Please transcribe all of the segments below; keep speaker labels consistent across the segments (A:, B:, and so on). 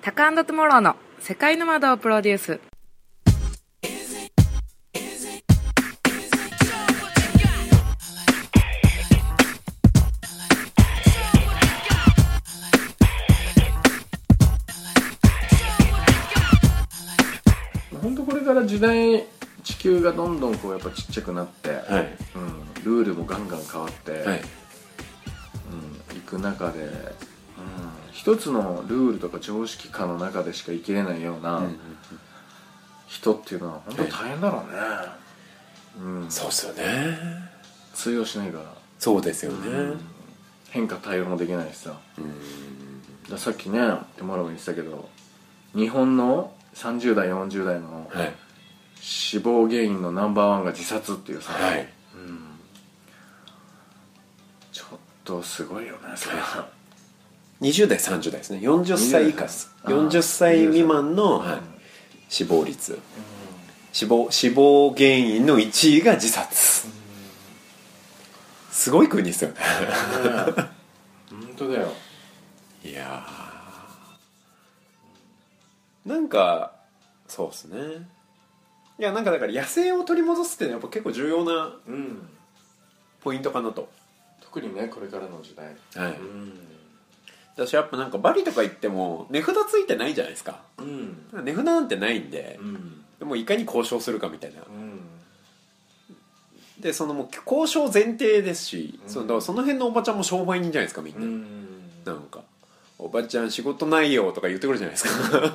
A: タカトゥモローの世界の窓をプロデュース。
B: 本当これから時代地球がどんどんこうやっぱちっちゃくなって、
C: はい
B: うん、ルールもガンガン変わって、
C: はい
B: うん、行く中で、うん、一つのルールとか常識化の中でしか生きれないような人っていうのは本当大変だろうね、うん、
C: そうっすよね
B: 通用しないから、
C: そうですよね
B: うん変化対応もできないしさだか
C: うん
B: らさっきね手もろも言ってたけど日本の30代40代の
C: はい
B: 死亡原因のナンバーワンが自殺っていうさ、
C: はい
B: うんちょっとすごいよねそれは
C: 20代30代ですね40歳以下です
B: 20代
C: 40歳未満の、はい死亡率死亡死亡原因の1位が自殺すごい国ですよね
B: 本当だよ
C: いやーなんかそうですねいやなんかだから野生を取り戻すっていうのはやっぱ結構重要な
B: うん
C: ポイントかなと
B: 特にねこれからの時代
C: はい
B: うん
C: 私やっぱなんかバリとか行っても値札ついてないじゃないですか
B: うん
C: 値札なんてないんで
B: うん
C: でもいかに交渉するかみたいな
B: うん
C: でそのもう交渉前提ですし、
B: うん
C: そのだからその辺のおばちゃんも商売人じゃないですかみんな、
B: うん
C: なんか「おばちゃん仕事ないよ」とか言ってくるじゃないですか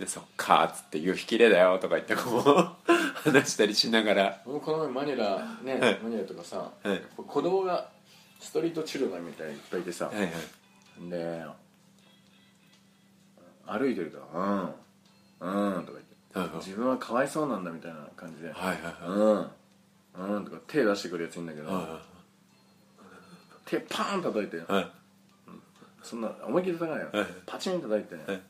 C: で「そっか」っつって「夕日綺麗だよ」とか言ってこう 話したりしながら
B: 僕この前マニラね、
C: はい
B: マニラとかさ、
C: い
B: やっぱ子供がストリートチルダーみたいにいっぱいいてさ、
C: はいはい
B: で歩いてると「うんうん」とか
C: は
B: 言
C: い
B: って
C: はい
B: 自分はかわいそうなんだみたいな感じで「
C: はいはいはい
B: うんうん」とか手出してくるやついいんだけど
C: は
B: 手パーン叩いて
C: いはい
B: そんな思いっきり叩かないよ
C: はい
B: パチン叩いて
C: はい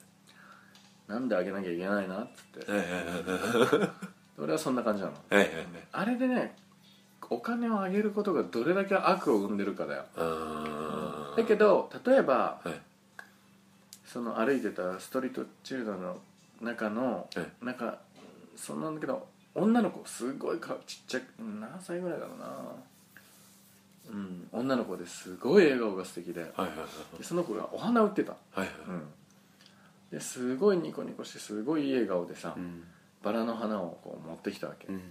B: なんであげなきゃいけないなっつって
C: はいはいはい
B: 俺はそんな感じなの
C: はいはいはい
B: あれでねお金をあげることがどれだけ悪を生んでるかだよ
C: あー
B: だけど例えば
C: はい
B: その歩いてたストリートチルドの中の
C: はい
B: なんかそんなんだけど女の子すごいかちっちゃく何歳ぐらいだろうなうん女の子ですごい笑顔が素敵で
C: はいはいは
B: でその子がお花売ってた、
C: いはいはい
B: うん、ですごいニコニコしてすごいいい笑顔でさ、
C: うん
B: バラの花をこう持ってきたわけ、
C: う
B: 行
C: ん
B: っ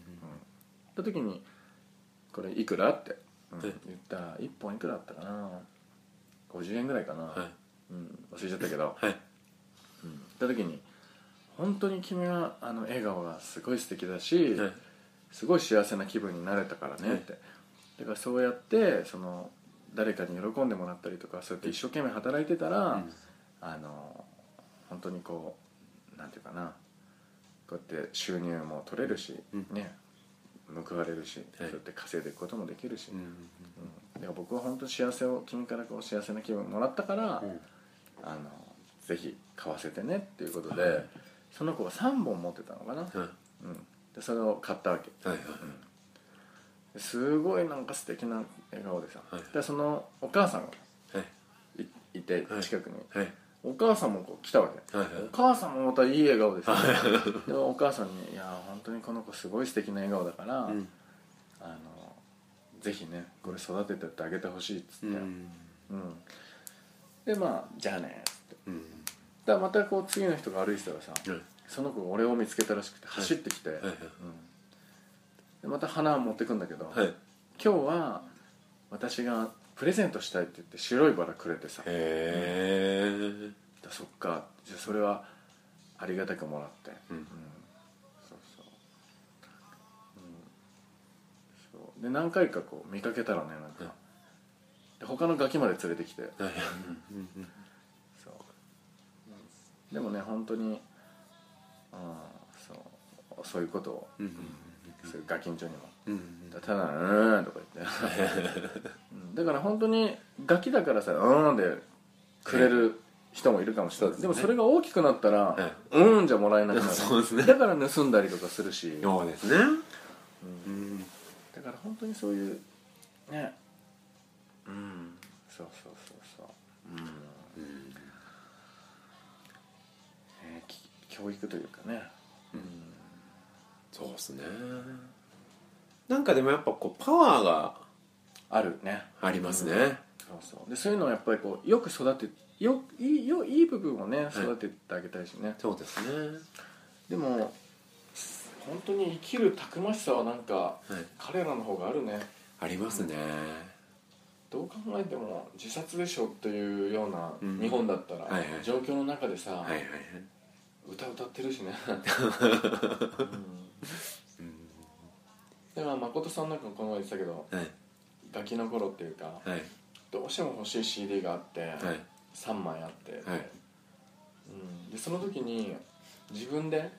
B: た時に「これいくら?」って、うん
C: はい
B: 言ったら1本いくらだったかな50円ぐらいかな、
C: は
B: う
C: い
B: ん、忘れちゃったけど
C: はい
B: うん行った時に本当に君はあの笑顔がすごい素敵だし、
C: はい
B: すごい幸せな気分になれたからねって、だからそうやってその誰かに喜んでもらったりとかそうやって一生懸命働いてたら、
C: うん
B: あの本当にこうなんていうかなこうやって収入も取れるし、
C: うん
B: ね報われるし、そう
C: はい
B: やって稼いでいくこともできるし、
C: うん
B: うん、だから僕は本当に幸せを君からこう幸せな気分もらったから、
C: うん
B: あのぜひ買わせてねっていうことで、
C: はい
B: その子が3本持ってたのかな、
C: はい
B: うん、でそれを買ったわけ
C: はいはい
B: すごいなんか素敵な笑顔でさ、
C: はい
B: でそのお母さんが
C: はい
B: いいて
C: はい
B: 近くに、
C: はい
B: お母さんもこう来たわけ、
C: はいはい
B: お母さんもまたいい笑顔です、ね、でもお母さんに「いや本当にこの子すごい素敵な笑顔だから、
C: うん
B: あのぜひねこれ育ててってあげてほしい」っつって、
C: うん
B: うんでまあ「じゃあね」っつって
C: うん
B: だからまたこう次の人が歩いてたらさ
C: はい
B: その子が俺を見つけたらしくて走ってきて、
C: はい
B: うんでまた花を持ってくんだけど、
C: はいはい
B: 今日は私がプレゼントしたいって言って白いバラくれてさ
C: へー
B: だそっかじゃあそれはありがたくもらって
C: うん
B: うんそうそう、うん、そうで何回かこう見かけたらねなん
C: うん
B: かで他のガキまで連れてきて
C: はい
B: そう、でもね本当にうんそうそういうことを
C: うん
B: そういうガキンチョにも
C: うん
B: だただ「うーん」とか言って、うんだから本当にガキだからさ「うーん」でくれる人もいるかもしれない、
C: そう
B: で
C: ですね
B: もそれが大きくなったら「
C: はいう
B: ーん」じゃもらえなくなる
C: そうですね
B: だから盗んだりとかするし
C: そうですねうん
B: だから本当にそういうねうんそうそうそうそううん教育というかね
C: そうですねなんかでもやっぱこうパワーが
B: あるね
C: ありますね、
B: そうそうでそういうのはやっぱりこうよく育てよいいよいい部分をね育ててあげたいしね、
C: そうですね
B: でも本当に生きるたくましさはなんか
C: はい
B: 彼らの方があるね
C: ありますね
B: どう考えても自殺でしょというような
C: うん
B: 日本だったら、
C: はいはい
B: 状況の中でさ、
C: はいはいはい
B: 歌歌ってるし ね、うんだから誠さんなんかもこの前言ってたけど
C: はい
B: ガキの頃っていうか
C: はい
B: どうしても欲しい CD があって、
C: はい
B: 3枚あって、
C: はい
B: うん、でその時に自分で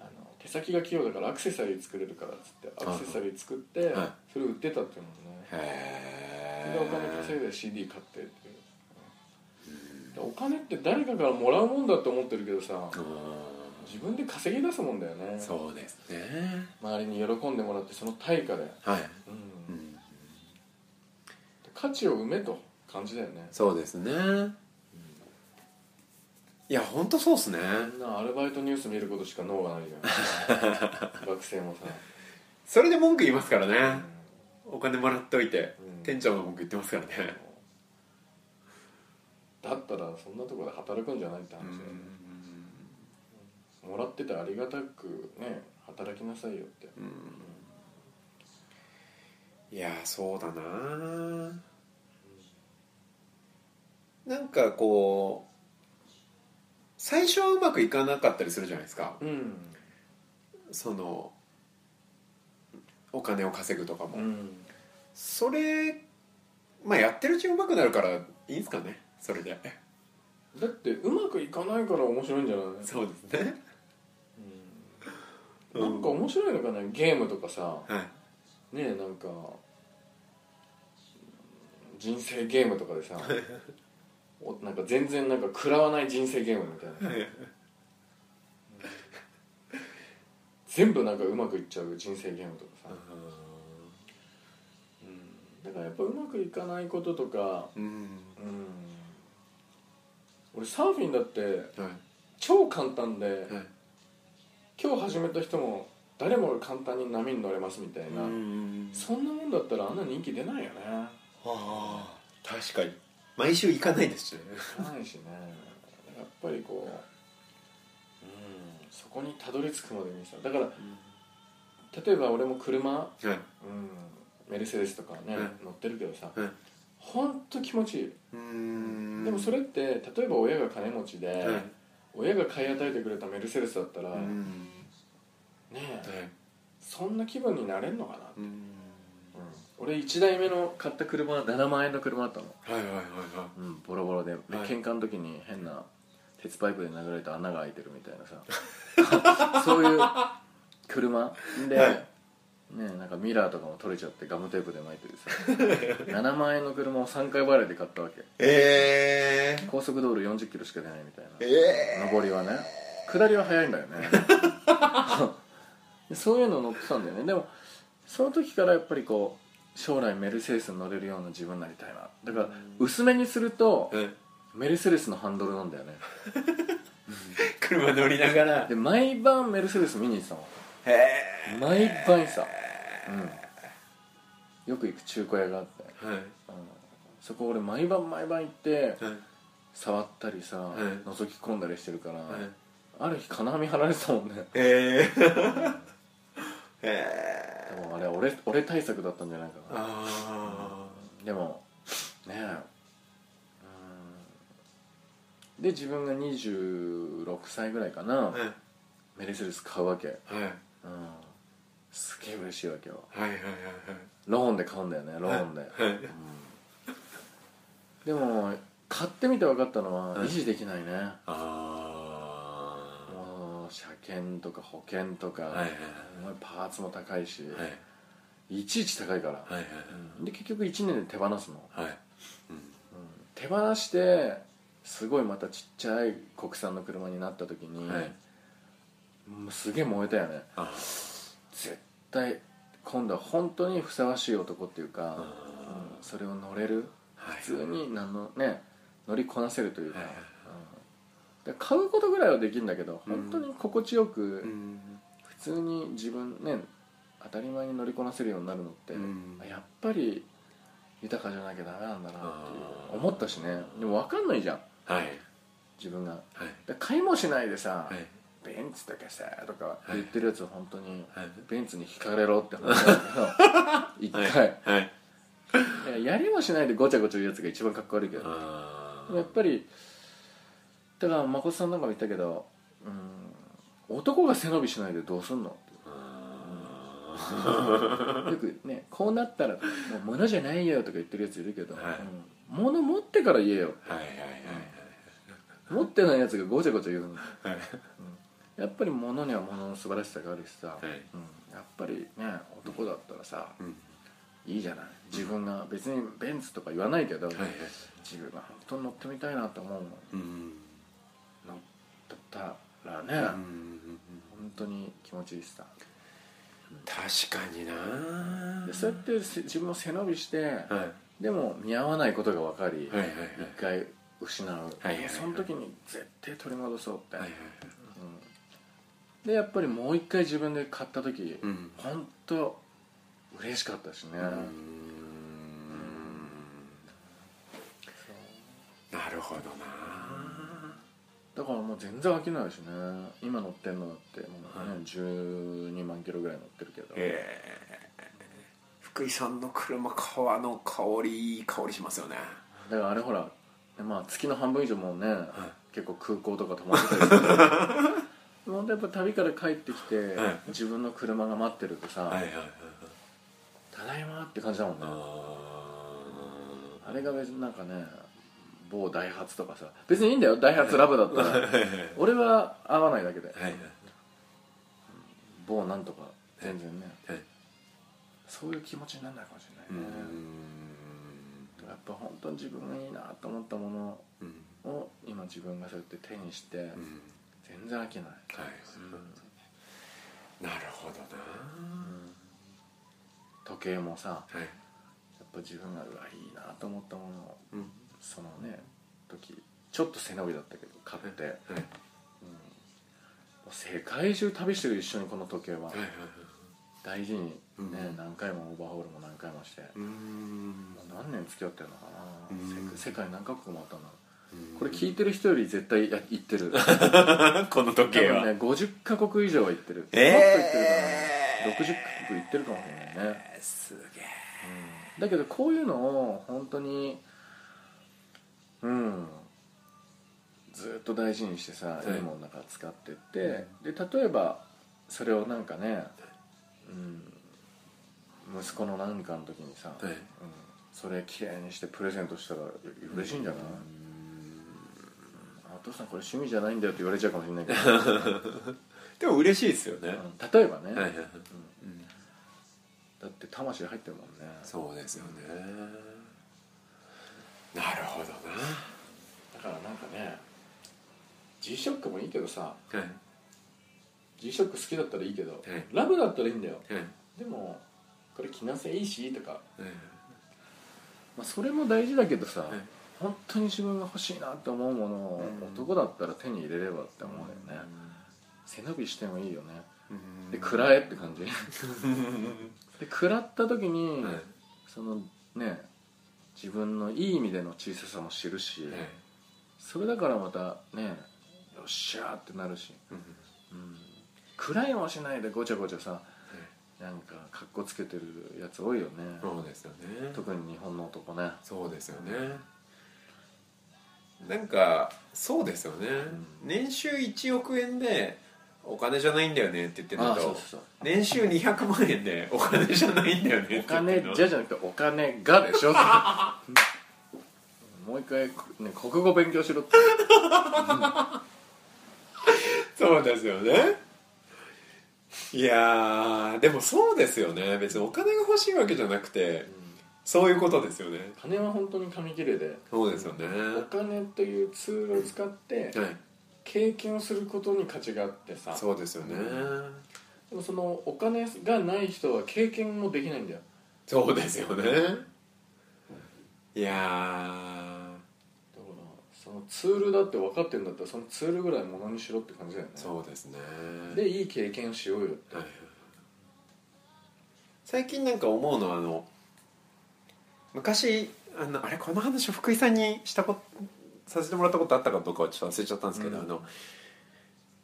B: あの手先が器用だからアクセサリー作れるからっつってアクセサリー作って、
C: は
B: それを売ってたっていうもんね、で
C: へ
B: お金
C: え
B: 稼いで CD 買ってっていう、でお金って誰かからもらうもんだと思ってるけどさ自分で稼ぎ出すもんだよね
C: そうですね
B: 周りに喜んでもらってその対価で、
C: はい、
B: うん
C: うん、
B: 価値を埋めと感じだよね
C: そうですねいやほんとそうっすね
B: みんなアルバイトニュース見ることしか脳がな いじゃん学生もさ、
C: それで文句言いますから
B: う
C: ね
B: ん
C: お金もらっといて、
B: うん
C: 店長の文句言ってますからね
B: だったらそんなところで働くんじゃないって話だよね、もらっててありがたくね働きなさいよって、
C: いやーそうだなーなんかこう最初はうまくいかなかったりするじゃないですか
B: うん
C: そのお金を稼ぐとかも、
B: うん
C: それまあやってるうちにうまくなるからいいんですかねそれで
B: だってうまくいかないから面白いんじゃない、
C: そうです ね
B: うんなんか面白いのかなゲームとかさ
C: はい
B: ねえなんか人生ゲームとかで さおなんか全然なんか食らわない人生ゲームみたいな全部なんかうまくいっちゃう人生ゲームとかさ、だからやっぱうまくいかないこととか
C: うん
B: うん俺サーフィンだって
C: はい
B: 超簡単で
C: はい
B: 今日始めた人も誰もが簡単に波に乗れますみたいな、
C: うん
B: そんなもんだったらあんな人気出ないよね
C: あー確かに毎週行かないですしね
B: 出ないしね やっぱりこううんそこにたどり着くまでにさだから例えば俺も車、
C: はい
B: うん、メルセデスとかね、
C: うん
B: 乗ってるけどさ
C: はい
B: ほんと気持ちいい、
C: うん
B: でもそれって例えば親が金持ちで、
C: はい
B: 親が買い与えてくれたメルセデスだったら、
C: う
B: ね
C: ん
B: え
C: はい
B: そんな気分になれんのかな、
C: うん
B: 俺1台目の買った車は7万円の車だったの
C: はいはいはいはい
B: うんボロボロで、で
C: はい
B: 喧嘩の時に変な鉄パイプで殴られた穴が開いてるみたいな さそういう車で、
C: はい
B: ねなんかミラーとかも取れちゃってガムテープで巻いてるさ7万円の車を3回払いで買ったわけ
C: ええ
B: 高速道路40キロしか出ないみたいな
C: え
B: 上りはね下りは早いんだよねで そういうの乗ってたんだよねでもその時からやっぱりこう将来メルセデスに乗れるような自分になりたいなだから薄めにすると
C: え
B: メルセデスのハンドルなんだよね
C: 車乗りながら
B: で毎晩メルセデス見に行ってたも
C: へえ
B: ん毎晩さ、うん、よく行く中古屋があって、
C: はい
B: うん、そこ俺毎晩毎晩行って
C: はい
B: 触ったりさ、
C: い
B: 覗き込んだりしてるから、
C: はい
B: ある日金網張られてたもんね
C: ええ え
B: でもあれ俺俺対策だったんじゃないかな
C: あ
B: でもねえうんで自分が26歳ぐらいかな、
C: あはい
B: メルセデス買うわけ、
C: はい
B: うん、すげえ嬉しいわけよ
C: はいはいはい
B: ローンで買うんだよねローンで、
C: はいはい
B: でも買ってみて分かったのは
C: はい
B: 維持できないね、
C: あ
B: もう車検とか保険とか、
C: あはいはい
B: お前パーツも高いし、
C: はい
B: い、ちいち高いから、
C: はいはい
B: で結局1年で手放すの
C: はいはい
B: 手放してすごいまたちっちゃい国産の車になった時に、
C: はい
B: もうすげえ燃えたよね
C: あ
B: 絶対今度は本当にふさわしい男っていうか、
C: あ
B: うんそれを乗れる
C: はい
B: 普通に何のね乗りこなせるというか、
C: はいはい
B: うんで買うことぐらいはできるんだけど、
C: うん
B: 本当に心地よく、
C: うん
B: 普通に自分ね当たり前に乗りこなせるようになるのって、
C: うん
B: やっぱり豊かじゃなきゃダメなんだなってい
C: あー
B: う思ったしねでも分かんないじゃん
C: はい
B: 自分が
C: はい
B: で買いもしないでさ、
C: はい
B: ベンツとかさとか言ってるやつは本当に、
C: はい
B: ベンツに惹かれろって 話なんだけど一
C: はい
B: 回、
C: はい
B: いややりもしないでごちゃごちゃ言うやつが一番かっこ悪いけど
C: あ
B: やっぱりだから誠さんなんかも言ったけどうん男が背伸びしないでどうすんのよくねこうなったらもう物じゃないよとか言ってるやついるけど、
C: はい
B: うん物持ってから言えよ
C: はいはい
B: 持ってないやつがごちゃごちゃ言うの
C: はいはい
B: やっぱり物には物の素晴らしさがあるしさ、
C: はい
B: うん、やっぱりね男だったらさ
C: うん
B: いいじゃない自分が別にベンツとか言わないけど、
C: はいはい
B: 自分が本当に乗ってみたいなと思うもん
C: うん
B: 乗ったらね、
C: うん
B: 本当に気持ちいいしさ
C: 確かにな
B: でそうやってせ自分も背伸びして、
C: はい
B: でも見合わないことが分かり、
C: はいはいはい
B: 一回失う、
C: はいはいはい
B: その時に絶対取り戻そうって、
C: はいはい
B: うんでやっぱりもう一回自分で買った時、
C: うん
B: 本当嬉しかったしね、
C: なるほどな
B: だからもう全然飽きないしね今乗ってんのだってもう、ね
C: はい
B: 12万キロぐらい乗ってるけど、
C: ええ福井さんの車革の香りいい香りしますよね
B: だからあれほら、まあ、月の半分以上もうね、
C: い
B: 結構空港とか泊まってたりして 本当やっぱ旅から帰ってきて、
C: はい
B: 自分の車が待ってるとさ「
C: はいはいはい
B: ただいま」って感じだもんね
C: あ
B: あれが別になんかね某ダイハツとかさ別にいいんだよダイハツラブだったら俺は合わないだけで
C: はいはい
B: 某なんとか全然ね
C: はい
B: そういう気持ちにならないかもしれな
C: う
B: い
C: ん
B: ね、やっぱ本当に自分がいいなと思ったもの
C: うん
B: を今自分がそうやって手にして、
C: うん
B: 全然飽きない、
C: はい
B: うん
C: なるほどな
B: 時計もさ
C: はい
B: やっぱ自分がうわいいなと思ったものを
C: うん
B: そのね時ちょっと背伸びだったけど買って、うん、
C: はい
B: 世界中旅してる一緒にこの時計は
C: はいはいはい
B: 大事にね、
C: うん
B: 何回もオーバーホールも何回もして、
C: うん
B: もう何年付き合ってるのかな、
C: うん
B: せ世界何カ国もあったんだろうこ
C: こ
B: れ
C: れ
B: 聞いてる人より絶対や行ってる
C: こ の時計
B: 多
C: は
B: 分ね50カ国以上は行ってる、
C: えー
B: もっと行ってるかな60カ国行ってるかもしれないね
C: すげえ
B: だけどこういうのを本当にうんずっと大事にしてさ、
C: はい
B: い、いものだから使ってって、で例えばそれをなんかね、うん、息子のなんかの時にさ、
C: は
B: うん
C: い、
B: それきれいにしてプレゼントしたら嬉しいんじゃない、あお父さんこれ趣味じゃないんだよって言われちゃうかもしれないけど、
C: でも嬉しいですよね、
B: うん例えば ね、
C: はいはいはい
B: だって魂入ってるもんね
C: そうですよねなるほど
B: だからなんかね G ショックもいいけどさ、
C: なはい
B: G ショック好きだったらいいけど、
C: え
B: ラブだったらいいんだよ
C: はい
B: でもこれ着なせいいしとか、
C: はい
B: まあ、それも大事だけどさ、
C: はい
B: 本当に自分が欲しいなって思うものを
C: うん
B: 男だったら手に入れればって思うよね、背伸びしてもいいよね
C: うん
B: で食らえって 感じで食らった時に、
C: はい
B: そのね自分のいい意味での小ささも知るし、
C: はい
B: それだからまたねよっしゃーってなるし、
C: うん
B: うん、食らいもしないでごちゃごちゃさ、なんかかっこつけてるやつ多いよね、
C: そうですよね
B: 特に日本の男ね、
C: そうですよねなんかそうですよね、
B: ん
C: 年収1億円でお金じゃないんだよねって言ってるの
B: あそうそ
C: と
B: うそう
C: 年収200万円でお金じゃないんだよね
B: お
C: って言って
B: 金
C: るの
B: じゃじゃなくてお金がでしょ うんもう一回、ね、国語勉強しろって
C: そうですよねいやーでもそうですよね別にお金が欲しいわけじゃなくてそういうことですよね
B: 金は本当に紙切れで
C: そうですよねは
B: お金というツールを使って
C: い
B: 経験をすることに価値があってさ
C: そうですよね
B: でもそのお金がない人は経験もできないんだよ
C: そうですよねいや
B: だからそのツールだって分かってるんだったらそのツールぐらいものにしろって感じだよね
C: そうですね
B: でいい経験しようよって
C: はい最近なんか思うのはあの昔あのあれこの話を福井さんにしたことさせてもらったことあったかどうかはちょっと忘れちゃったんですけど、
B: うん
C: あの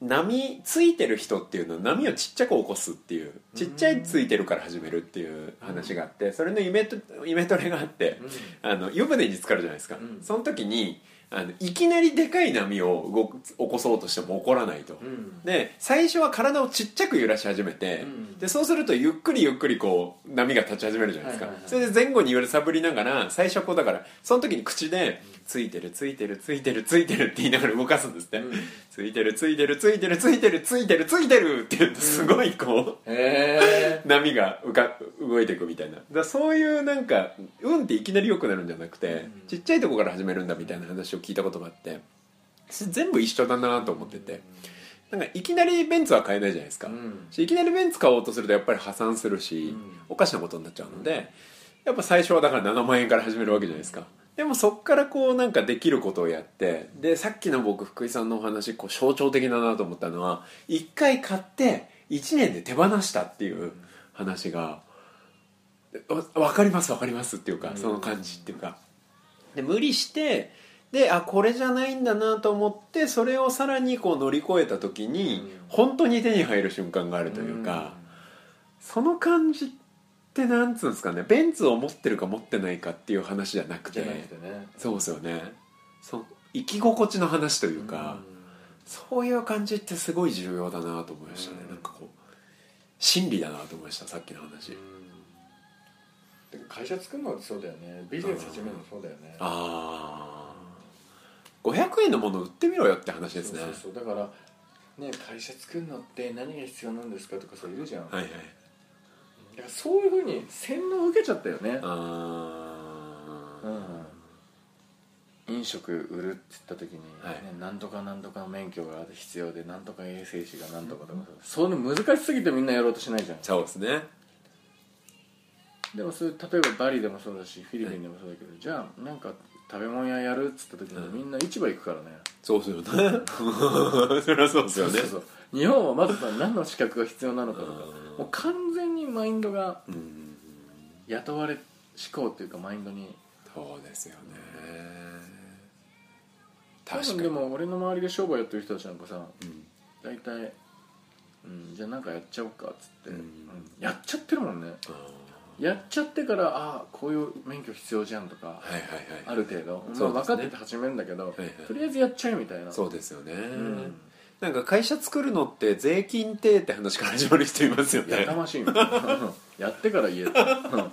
C: 波ついてる人っていうのは波をちっちゃく起こすっていうちっちゃいついてるから始めるっていう話があってそれのイメトイメトレがあって、あの湯船に浸かるじゃないですか、
B: うん
C: その時にあのいきなりでかい波を動く起こそうとしても起こらないと、
B: うんうん
C: で最初は体をちっちゃく揺らし始めて、
B: うん
C: でそうするとゆっくりゆっくりこう波が立ち始めるじゃないですか、
B: はいはいはい
C: それで前後に揺らさぶりながら最初はこうだからその時に口で「ついてるついてるついてるついてる」って言いながら動かすんですって、
B: うん
C: ついてるついてるついてるついてるついてるついてる」って言うとすごいこう。
B: へえ
C: 波がうか動いていくみたいなだからそういうなんか運っていきなり良くなるんじゃなくて、
B: うん
C: ちっちゃいとこから始めるんだみたいな話を聞いたことがあってそれ全部一緒だなと思っててなんかいきなりベンツは買えないじゃないですか、
B: うん
C: しいきなりベンツ買おうとするとやっぱり破産するし、
B: うん
C: おかしなことになっちゃうのでやっぱ最初はだから7万円から始めるわけじゃないですかでもそっからこうなんかできることをやってでさっきの僕福井さんのお話こう象徴的だなと思ったのは1回買って1年で手放したっていう話が分かります分かりますっていうか
B: うん
C: その感じっていうかで無理してであこれじゃないんだなと思ってそれをさらにこう乗り越えた時に
B: うん
C: 本当に手に入る瞬間があるというか、その感じってなんつうんですかねベンツを持ってるか持ってないかっていう話じゃなく
B: じ
C: て
B: ゃなくてね
C: そうですよねその生き心地の話というか、そういう感じってすごい重要だなと思いましたね、
B: うん
C: なんかこう真理だなと思いましたさっきの話、
B: うんてか会社作るのってそうだよねビジネス始めるのそうだよね
C: ああ500円のもの売ってみろよって話ですね
B: そうそうそうだからね会社作るのって何が必要なんですかとかそう言うじゃん、
C: はいはい
B: だからそういうふうに洗脳を受けちゃったよね
C: あ
B: う
C: ー
B: ん飲食売るって言った時に、
C: はい
B: ね、なんとかなんとかの免許が必要でなんとか衛生士がなんとかとか、そういうの難しすぎてみんなやろうとしないじゃん
C: そうですね
B: でもそれ例えばバリでもそうだしフィリピンでもそうだけど、じゃあなんか食べ物屋やるっつった時に
C: うん
B: みんな市場行くからね、
C: そうですよね それはそうですよ
B: そうそ
C: ね
B: うそう日本はまずさ何の資格が必要なのかとか
C: うん
B: もう完全にマインドが
C: うん
B: 雇われ思考っていうかマインドに
C: そうですよね
B: 多
C: 確か
B: 分
C: に
B: でも俺の周りで商売やってる人たちなんかさ
C: うん
B: 大体、うん、じゃあなんかやっちゃおうかっつって、
C: うん
B: うんやっちゃってるもんね
C: あー
B: やっちゃってからああこういう免許必要じゃんとか
C: はいはいはい
B: ある程度、
C: そうですね
B: まあ分かってて始めるんだけど、
C: いはい
B: とりあえずやっちゃえみたいな
C: そうですよね、
B: うん
C: なんか会社作るのって税金ってって話から始まる人いますよね
B: やかましいみたいな やってから言えってうん
C: い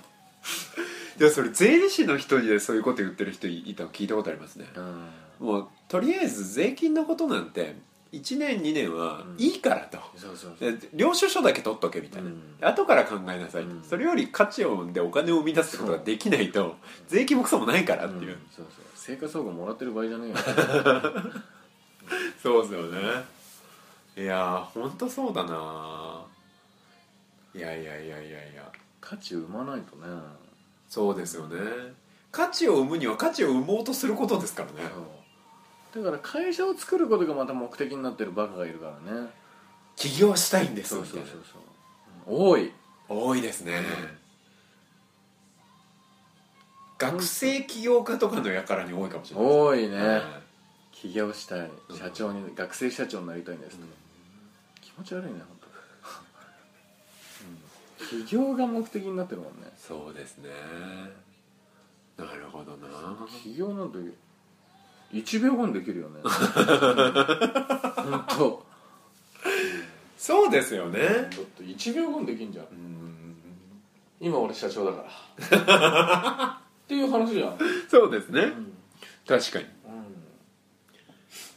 C: やそれ税理士の人でそういうこと言ってる人いたの聞いたことありますね
B: うん
C: もうとりあえず税金のことなんて1年2年は
B: うん
C: いいからと、
B: そうそうそう
C: で領収書だけ取っとけみたいな、
B: うん
C: 後から考えなさいと、
B: うん
C: それより価値を生んでお金を生み出すことができないと税金もクソもないからっていう、
B: うんそうそう生活保護もらってる場合じゃねえよ
C: そうですよねいやーほんとそうだないやいやいやいやいや
B: 価値生まないとね
C: そうですよね価値を生むには価値を生もうとすることですからね
B: そうだから会社を作ることがまた目的になってるバカがいるからね
C: 起業したいんです
B: そ
C: み
B: う
C: たい
B: そう
C: な
B: そうそう多い
C: 多いですね、学生起業家とかのやからに多いかもしれない
B: 多いね、
C: ですは
B: 起業したい
C: うん
B: 社長に学生社長になりたいんです、
C: うん
B: 気持ち悪いね 本当。起業が目的になってるもんね
C: そうですねなるほどな
B: 起業なんて1秒間できる よね本当。
C: そうですよね
B: だって1秒間できんじゃん
C: うん
B: 今俺社長だからっていう話じゃん、うん
C: そうですね確かに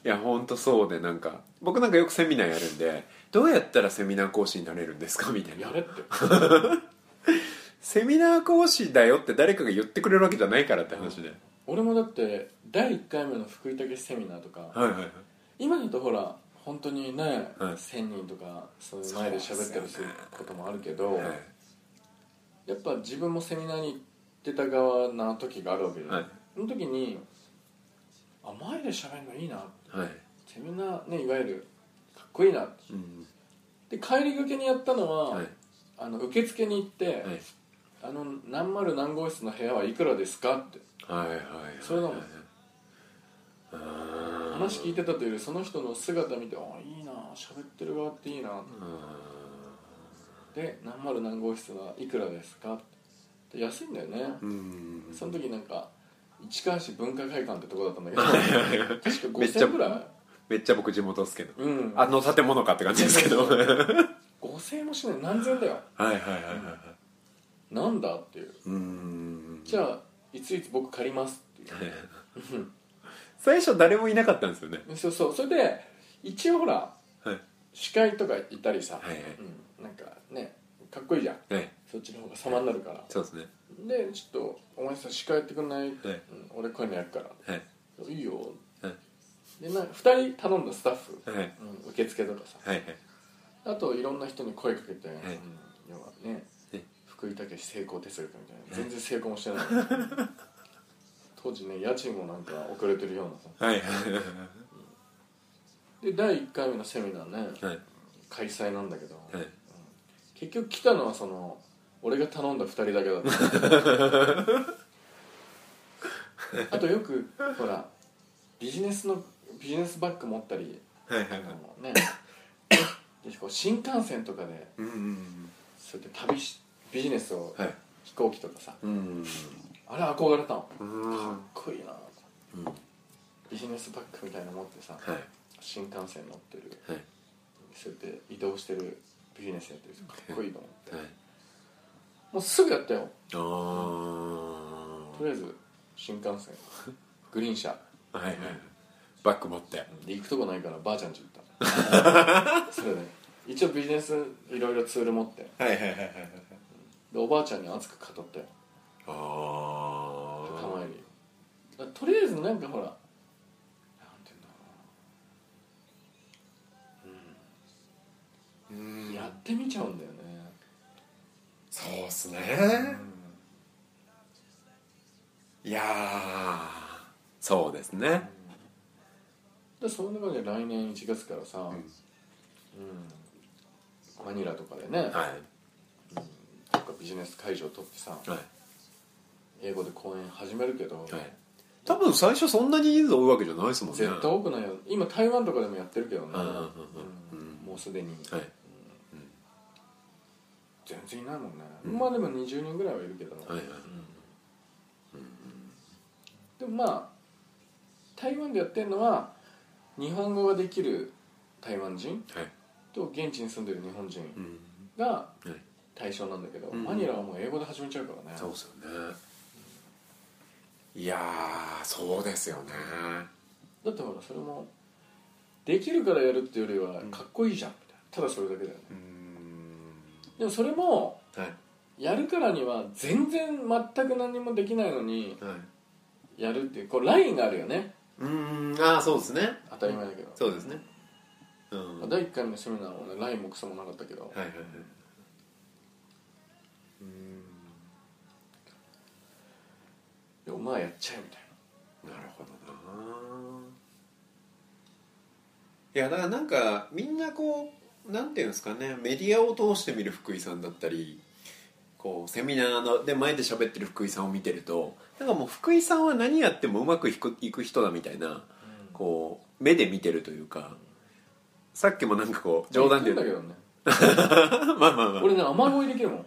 C: いやほんとそうでなんか僕なんかよくセミナーやるんでどうやったらセミナー講師になれるんですかみたい
B: や
C: な
B: れって
C: セミナー講師だよって誰かが言ってくれるわけじゃないからって話で、
B: 俺もだって第1回目の福井武セミナーとか、
C: はいはいはい
B: 今だとほら本当にね、
C: はい
B: 1000人とかそういう前で喋ったりすることもあるけど、
C: はい
B: やっぱ自分もセミナーに行ってた側な時があるわけで、
C: はい
B: その時にああ前で喋るのいいなっ
C: はい、
B: てみんなねいわゆるかっこいいなって
C: うん
B: で帰りがけにやったのは、
C: はい
B: あの受付に行って、
C: はい
B: あの何丸何号室の部屋はいくらですか?」って
C: はいはいはい
B: そういうのも
C: あー
B: 話聞いてたというよりその人の姿見て「ああいいな喋ってるわっていいな」で「何丸何号室はいくらですか?」ってで安いんだよね、
C: うん
B: その時なんか市川市文化会館ってとこだったんだけど確か5000ぐらい
C: めっちゃ僕地元っすけど
B: うん
C: あの建物かって感じですけどはいはいはい
B: 5000もしない何千だよ
C: はいは
B: なんだっていう
C: いうん
B: じゃあいついつ僕借りますっていう
C: 最初誰もいなかったんですよね
B: でそうそうそれで一応ほら
C: はい
B: 司会とかいたりさ、
C: はいはい
B: うん、なんかねかっこいいじゃん
C: はい
B: そっちの方が様になるから、
C: そうですね
B: でちょっと「お前さ司会やってくんないって」
C: はい
B: うん俺こういうのやるから」
C: はい
B: いいよ」
C: はい
B: でな2人頼んだスタッフ、
C: はいはい
B: うん、受付とかさ
C: はい
B: あといろんな人に声かけて、
C: い
B: うん要はね
C: はい
B: 福井武成功哲学みたいな全然成功もしてない 当時ね家賃もなんか遅れてるようなさ
C: はい
B: で第1回目のセミナーね
C: はい
B: 開催なんだけど、
C: はい
B: 結局来たのはその俺が頼んだ2人だけだ ったあとよくほらビジネスのビジネスバッグ持ったり
C: はいは
B: あ
C: いはい
B: のねでこう新幹線とかで
C: うんうん
B: そうやって旅しビジネスを、
C: うんはい
B: 飛行機とかさ
C: うん
B: あれ憧れたのかっ
C: うん
B: こいいなと
C: うん
B: ビジネスバッグみたいなの持ってさ、
C: はい
B: 新幹線乗ってる
C: はい
B: そうやって移動してるビジネスやってる人かっこいいと思って、
C: はい
B: もうすぐやったよ
C: あー
B: とりあえず新幹線グリーン車
C: はいはいバック持って
B: で行くとこないからばあちゃんち行った それで一応ビジネスいろいろツール持って
C: はいはいはいはいはい
B: でおばあちゃんに熱く語ったよ
C: あ
B: 墓
C: あ
B: 参りだとりあえずなんかほらなんて言うんだろ
C: う
B: う
C: ん
B: なやってみちゃうんだよね
C: そうっすねいやーそうですね
B: でその中で来年1月からさ、うん
C: ん
B: マニラとかでね、
C: は
B: とかビジネス会場取ってさ
C: いはい
B: 英語で講演始めるけど、
C: はい多分最初そんなに人数多いわけじゃないですもんね
B: 絶対多くないよ今台湾とかでもやってるけどね、
C: うんうんうん
B: うんもうすでに、
C: はい
B: 全然いないもんね、
C: うん
B: まあでも20人ぐらいはいるけど、
C: はいはい
B: でもまあ台湾でやってるのは日本語ができる台湾人
C: はい
B: と現地に住んでる日本人
C: うん
B: が
C: はい
B: 対象なんだけど、
C: うん
B: マニラはもう英語で始めちゃうからね、
C: そうっすよねいやーそうですよね
B: だってほらそれもできるからやるっていうよりはかっこいいじゃんみたいなただそれだけだよね
C: うん
B: でもそれも
C: はい
B: やるからには全然全く何もできないのに
C: はい
B: やるっていうこうラインがあるよね
C: うんああそうですね
B: 当たり前だけど、
C: そうですねうん
B: まあ第1回目のセミナーもねラインもクソもなかったけど、
C: はいはいはい
B: でお前やっちゃえみたい
C: なるほどないやだからなんかみんなこうなんていうんですかねメディアを通して見る福井さんだったりこうセミナーので前で喋ってる福井さんを見てるとなんかもう福井さんは何やってもうまくいくいく人だみたいな
B: な、
C: こう目で見てるというかさっきもなんかこう冗談で
B: 言ってんだけどね
C: まあまあまあ
B: 俺ね雨乞いできるもん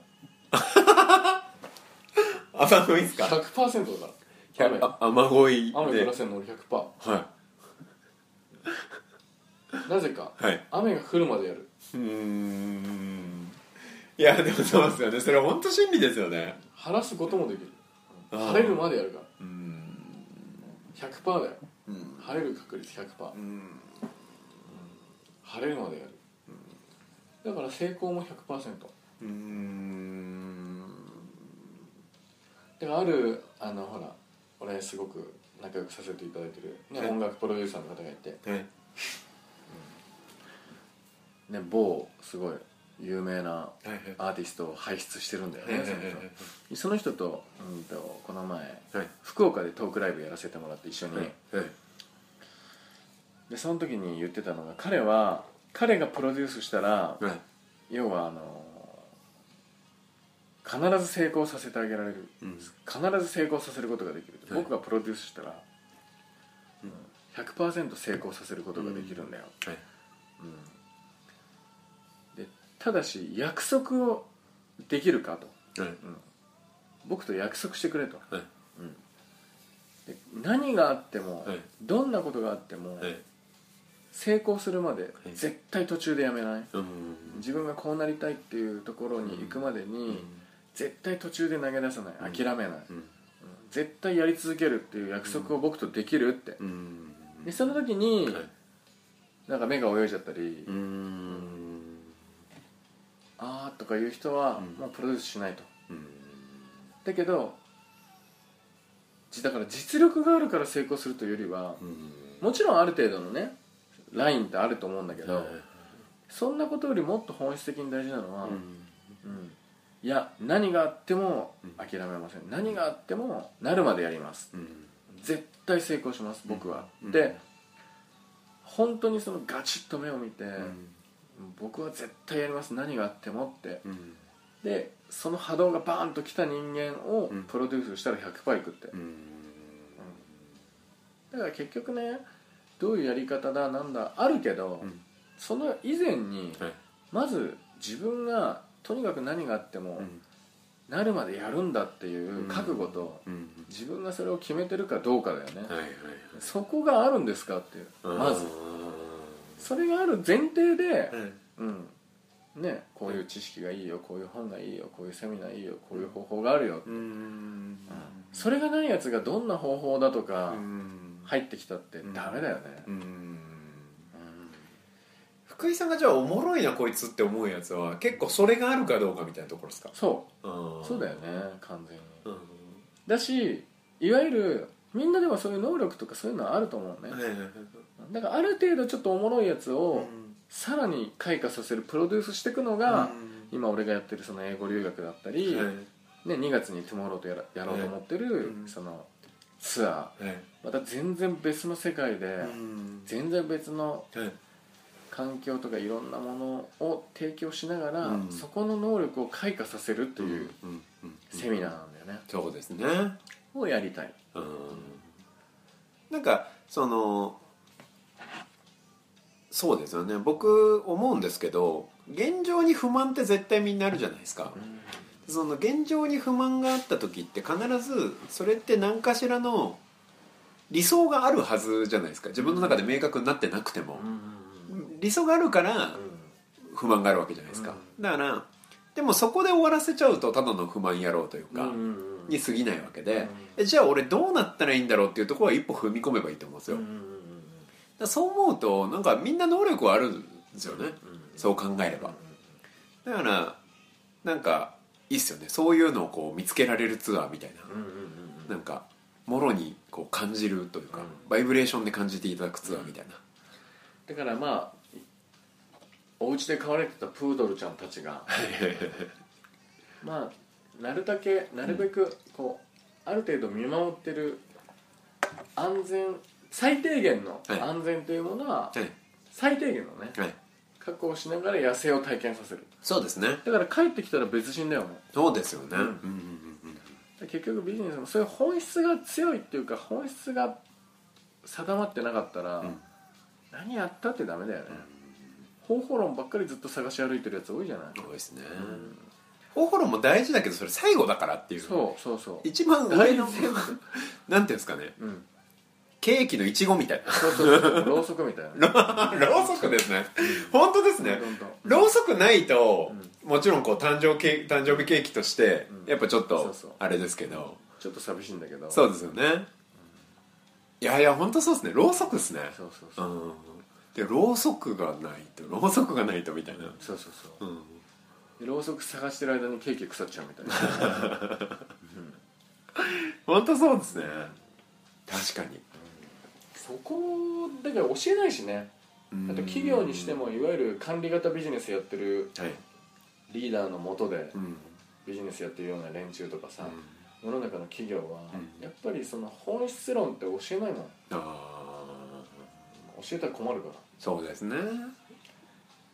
C: あまごいいっすか
B: 100%だから雨
C: あ雨乞い
B: 雨降
C: で
B: らせるの俺100%
C: は
B: なぜか
C: いはい
B: 雨が降るまでやる
C: うーんいやでもそうですよねそれ本当真理ですよね
B: 晴らすこともできる
C: あー
B: 晴れるまでやるか
C: うーん
B: ら100%だよ
C: うん
B: 晴れる確率100%
C: うん
B: 晴れるまでやるだから成功も100%
C: うーん
B: だからあるあのほら俺すごく仲良くさせていただいてる、ね、
C: はい
B: 音楽プロデューサーの方がいて、
C: はい
B: ね、某すごい有名な
C: はい
B: アーティストを輩出してるんだよ
C: はい
B: ね
C: はい
B: その人その人と,、うん、とこの前
C: はい
B: 福岡でトークライブやらせてもらって一緒に、
C: はいはい
B: でその時に言ってたのが彼は彼がプロデュースしたら
C: はい
B: 要はあの必ず成功させてあげられる、
C: うん
B: 必ず成功させることができる、
C: はい
B: 僕がプロデュースしたら、うん、100%成功させることができるんだよ、
C: はい
B: でただし約束をできるかと
C: はい
B: 僕と約束してくれと
C: はい
B: で何があっても、
C: はい
B: どんなことがあっても、
C: はい
B: 成功するまで
C: い
B: 絶対途中でやめない、
C: うん
B: 自分がこうなりたいっていうところに行くまでに、絶対途中で投げ出さない
C: ん
B: 諦めない、
C: うん
B: 絶対やり続けるっていう約束を僕とできるって、
C: うん
B: でその時に、
C: はい
B: なんか目が泳いじゃったり、
C: うん
B: あーとかいう人は、
C: うん
B: もうプロデュースしないと
C: うん
B: だけどじだから実力があるから成功するというよりは、
C: うん
B: もちろんある程度のねラインってあると思うんだけど、
C: はい
B: そんなことよりもっと本質的に大事なのは、
C: うん
B: うんいや何があっても諦めません、何があってもなるまでやります
C: うん
B: 絶対成功します僕は、
C: うん
B: で本当にそのガチッと目を見て、
C: うん
B: 僕は絶対やります何があってもって
C: うん
B: でその波動がバーンと来た人間を
C: うん
B: プロデュースしたら100%いくって、
C: うん
B: だから結局ねどういうやり方だなんだあるけど、
C: うん
B: その以前に
C: はい
B: まず自分がとにかく何があっても、
C: うん
B: なるまでやるんだっていう覚悟と、
C: うん
B: 自分がそれを決めてるかどうかだよね、
C: はいはい
B: そこがあるんですかっていう
C: はい
B: まずそれがある前提で
C: う、ん
B: うんね、こういう知識がいいよこういう本がいいよこういうセミナーいいよこういう方法があるよ、
C: うん
B: それがないやつがどんな方法だと
C: う
B: か
C: ん
B: 入ってきたって
C: ん
B: ダメだよね、
C: うん
B: うん
C: 福井さんがじゃあおもろいなこいつって思うやつは結構それがあるかどうかみたいなところですか
B: そ
C: そう
B: そうだよね完全に
C: うん
B: だしいわゆるみんなでもそういう能力とかそういうのはあると思うね
C: はいはいはいはい
B: だからある程度ちょっとおもろいやつ
C: う
B: を
C: ん
B: さらに開花させるプロデュースしていくのが、今俺がやってるその英語留学だったり、
C: はい
B: ね、2月に「トゥモローとやらやろうと思ってる、
C: うん
B: そのツア
C: はい
B: ーまた全然別の世界で、
C: うん
B: 全然別の
C: はい
B: 環境とかいろんなものを提供しながら、
C: うん
B: そこの能力を開花させるという
C: うんうんうん
B: セミナーなんだよね、
C: そうですね
B: をやりたい、
C: なんかそのそうですよね僕思うんですけど現状に不満って絶対みんなあるじゃないですか、その現状に不満があった時って必ずそれって何かしらの理想があるはずじゃないですか自分の中で明確になってなくても、理想があるから不満があるわけじゃないですか、だからでもそこで終わらせちゃうとただの不満野郎というか、に過ぎないわけで、えじゃあ俺どうなったらいいんだろうっていうところは一歩踏み込めばいいと思うんですよ、だからそう思うとなんかみんな能力はあるんですよね、そう考えればだからなんかいいっすよねそういうのをこう見つけられるツアーみたいな、なんかもろにこう感じるというか、
B: うん
C: バイブレーションで感じていただくツアーみたいな、
B: だからまあお家で飼われてたプードルちゃんたちがまあなるだけなるべくこう、ある程度見守ってる安全最低限の
C: はい
B: 安全というものは、
C: はい
B: 最低限のね
C: はい
B: 確保しながら野生を体験させる
C: そうですね
B: だから帰ってきたら別人だよもう
C: そうですよね、
B: うん
C: うんうん
B: 結局ビジネスもそういう本質が強いっていうか本質が定まってなかったら、
C: ん
B: 何やったってダメだよね、方法論ばっかりずっと探し歩いてるやつ多いじゃない、
C: うんうん、多いですね、
B: ん
C: 方法論も大事だけどそれ最後だからっていう
B: そうそうそう
C: 一番上のなんていうんですかね
B: うん
C: ケーキのいちごみたい
B: そうそうそうろうそくみたいなね
C: な ろうそくですね本当ですね
B: どんどん
C: ろうそくないと、もちろんこう誕生ケー誕生日ケーキとして、
B: うん
C: やっぱちょっ
B: そう
C: と
B: そう
C: あれですけど
B: ちょっと寂しいんだけど
C: そうですよねいやいや本当そうですねろうそくですね
B: そうそう
C: う
B: そうん
C: でろうそくがないとろうそくがないとみたいな
B: そうそうそう
C: うん
B: でろうそく探してる間にケーキ腐っちゃうみたいな
C: 本当そうですね確かに
B: そこだから教えないしね
C: うん
B: あと企業にしてもいわゆる管理型ビジネスやってる
C: はい
B: リーダーのもとで
C: うん
B: ビジネスやってるような連中とかさ、
C: うん
B: 世の中の企業は
C: うん
B: やっぱりその本質論って教えないもん
C: あ
B: 教えたら困るから
C: そうですね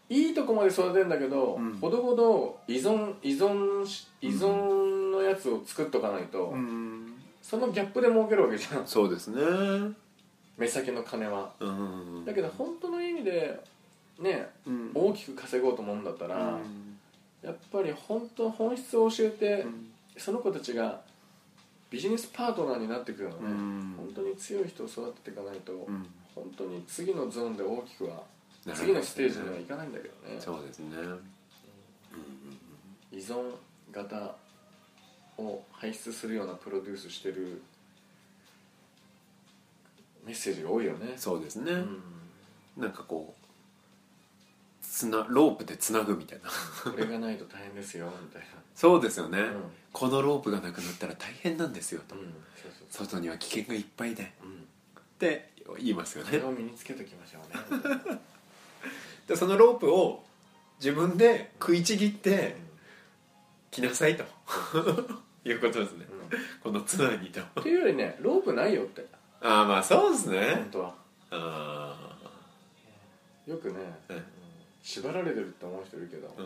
B: いいとこまで育てるんだけど、
C: うん
B: ほどほど依存依存し依存のやつを作っとかないと、
C: ん
B: そのギャップで儲けるわけじゃん
C: そうですねうん
B: 目先の金は
C: うん
B: だけど本当の意味でね
C: うん
B: 大きく稼ごうと思うんだった
C: う
B: ら、
C: ん
B: やっぱり本当本質を教えて、
C: うん
B: その子たちがビジネスパートナーになってくるのね、
C: うん
B: 本当に強い人を育てていかないと、
C: うん
B: 本当に次のゾーンで大きくは
C: なるほど
B: 次のステージにはいかないんだけどね
C: そうですね
B: 依存型を排出するようなプロデュースしてるメッセージが多いよね
C: そうですね、
B: うん、
C: なんかこうつなロープでつなぐみたいな
B: これがないと大変ですよみたい
C: そうですよ ね、
B: な、うんうん、
C: このロープがなくなったら大変なんですよと、
B: そうそうそ
C: 外には危険がいっぱいでっ
B: う、うん、
C: て言いますよ
B: こ
C: ね
B: れを身につけときましょうねみたい な
C: でそのロープを自分で食いちぎって
B: うん
C: 来なさいと いうことですね
B: う
C: このツアーにと
B: んっていうよりねロープないよって
C: ああまあそうですね
B: 本当は
C: あ
B: よくね、
C: うん
B: うん縛られてるって思う人いるけど、
C: あ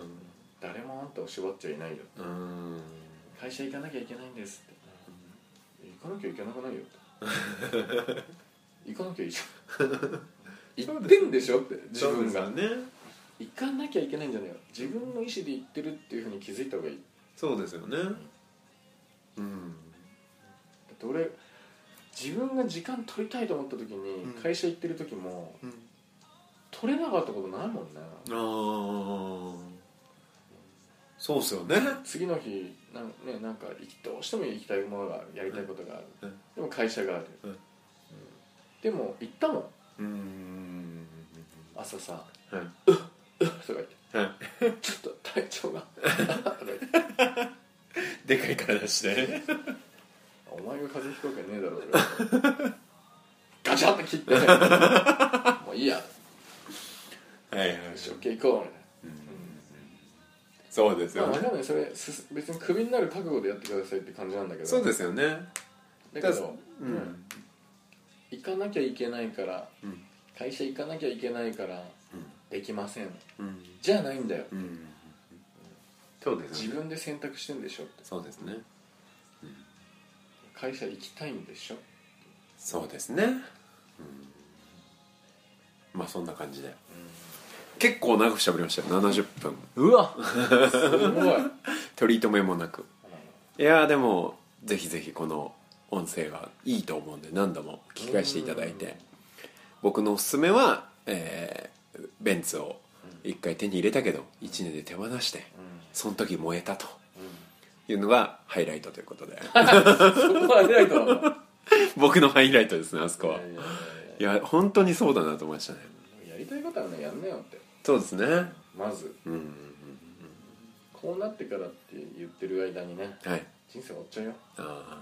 B: 誰もあんたを縛っちゃいないよ
C: うんうん
B: 会社行かなきゃいけないんですって、行かなきゃいけなくないよって行かなきゃいいじゃん行ってんでしょって自
C: そうで
B: 分
C: すよ
B: が、
C: ね
B: 行かなきゃいけないんじゃないよ自分の意思で行ってるっていうふうに気づいた方がいいだ
C: そうですよねうん
B: って俺自分が時間取りたいと思った時に、
C: うん
B: 会社行ってる時も
C: うん
B: 取れなかったことないもんね
C: ああそうっすよね
B: 次の日なん,、ね、なんか行きどうしても行きたいものがあるやりたいことがある、
C: うん
B: でも会社がある、
C: うん
B: うんでも行ったもん
C: うん
B: 朝さ
C: はい
B: とか言って
C: は
B: ちょっと体調がとか言って
C: いでかい体して
B: お前が風邪ひくわけねえだろぐらい ガチャッと切ってもういいや
C: はいはい
B: 一生懸命行こうみたいな
C: そうです
B: まあ、
C: よ
B: わ
C: ね
B: かんないそれすす別にクビになる覚悟でやってくださいって感じなんだけど
C: そうですよね
B: だけ
C: だ
B: ど、
C: う
B: ね
C: ん
B: 行かなきゃいけないから
C: うん
B: 会社行かなきゃいけないからできません
C: うん
B: じゃないんだよ
C: うんそうです
B: 自
C: よね
B: 分で選択してんでしょって
C: そうですね
B: 会社行きたいんでしょ
C: そうですね、うん、まあそんな感じで、結構長く喋りましたよ70分
B: うわすごい、 うん
C: 取り留めもなくいやーでもぜひぜひこの音声はいいと思うんで何度も聞き返していただいて僕のおすすめは、えーベンツを一回手に入れたけど1年で手放してその時燃えたというのがハイライトということで
B: そこは偉いと思う
C: 僕のハイライトですねあそこ
B: い
C: は
B: やいやいや
C: いや本当にそうだなと思いましたね
B: いややりたいことはねやんなよって
C: そうですね
B: まず
C: うんうん
B: こうなってからって言ってる間にね
C: うんはい
B: 人生終わっちゃうよ
C: あ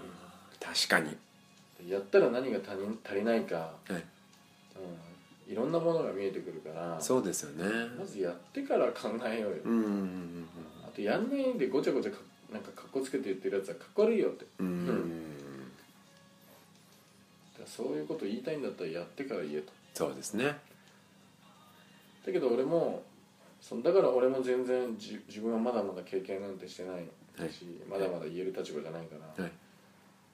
C: ー確かに
B: やったら何が足り足りないか、
C: はい
B: うん、いろんなものが見えてくるから
C: そうですよね
B: まずやってから考えようよ、
C: うんうん
B: あとやんないでごちゃごちゃかなんかかっこつけて言ってるやつはかっこ悪いよって
C: うんうんうん
B: う
C: うん
B: だからそういうこと言いたいんだったらやってから言えと
C: そうですね
B: だけど俺もそのだから俺も全然じ自分はまだまだ経験なんてしてないし、まだまだ言える立場じゃないから、
C: は
B: っ
C: い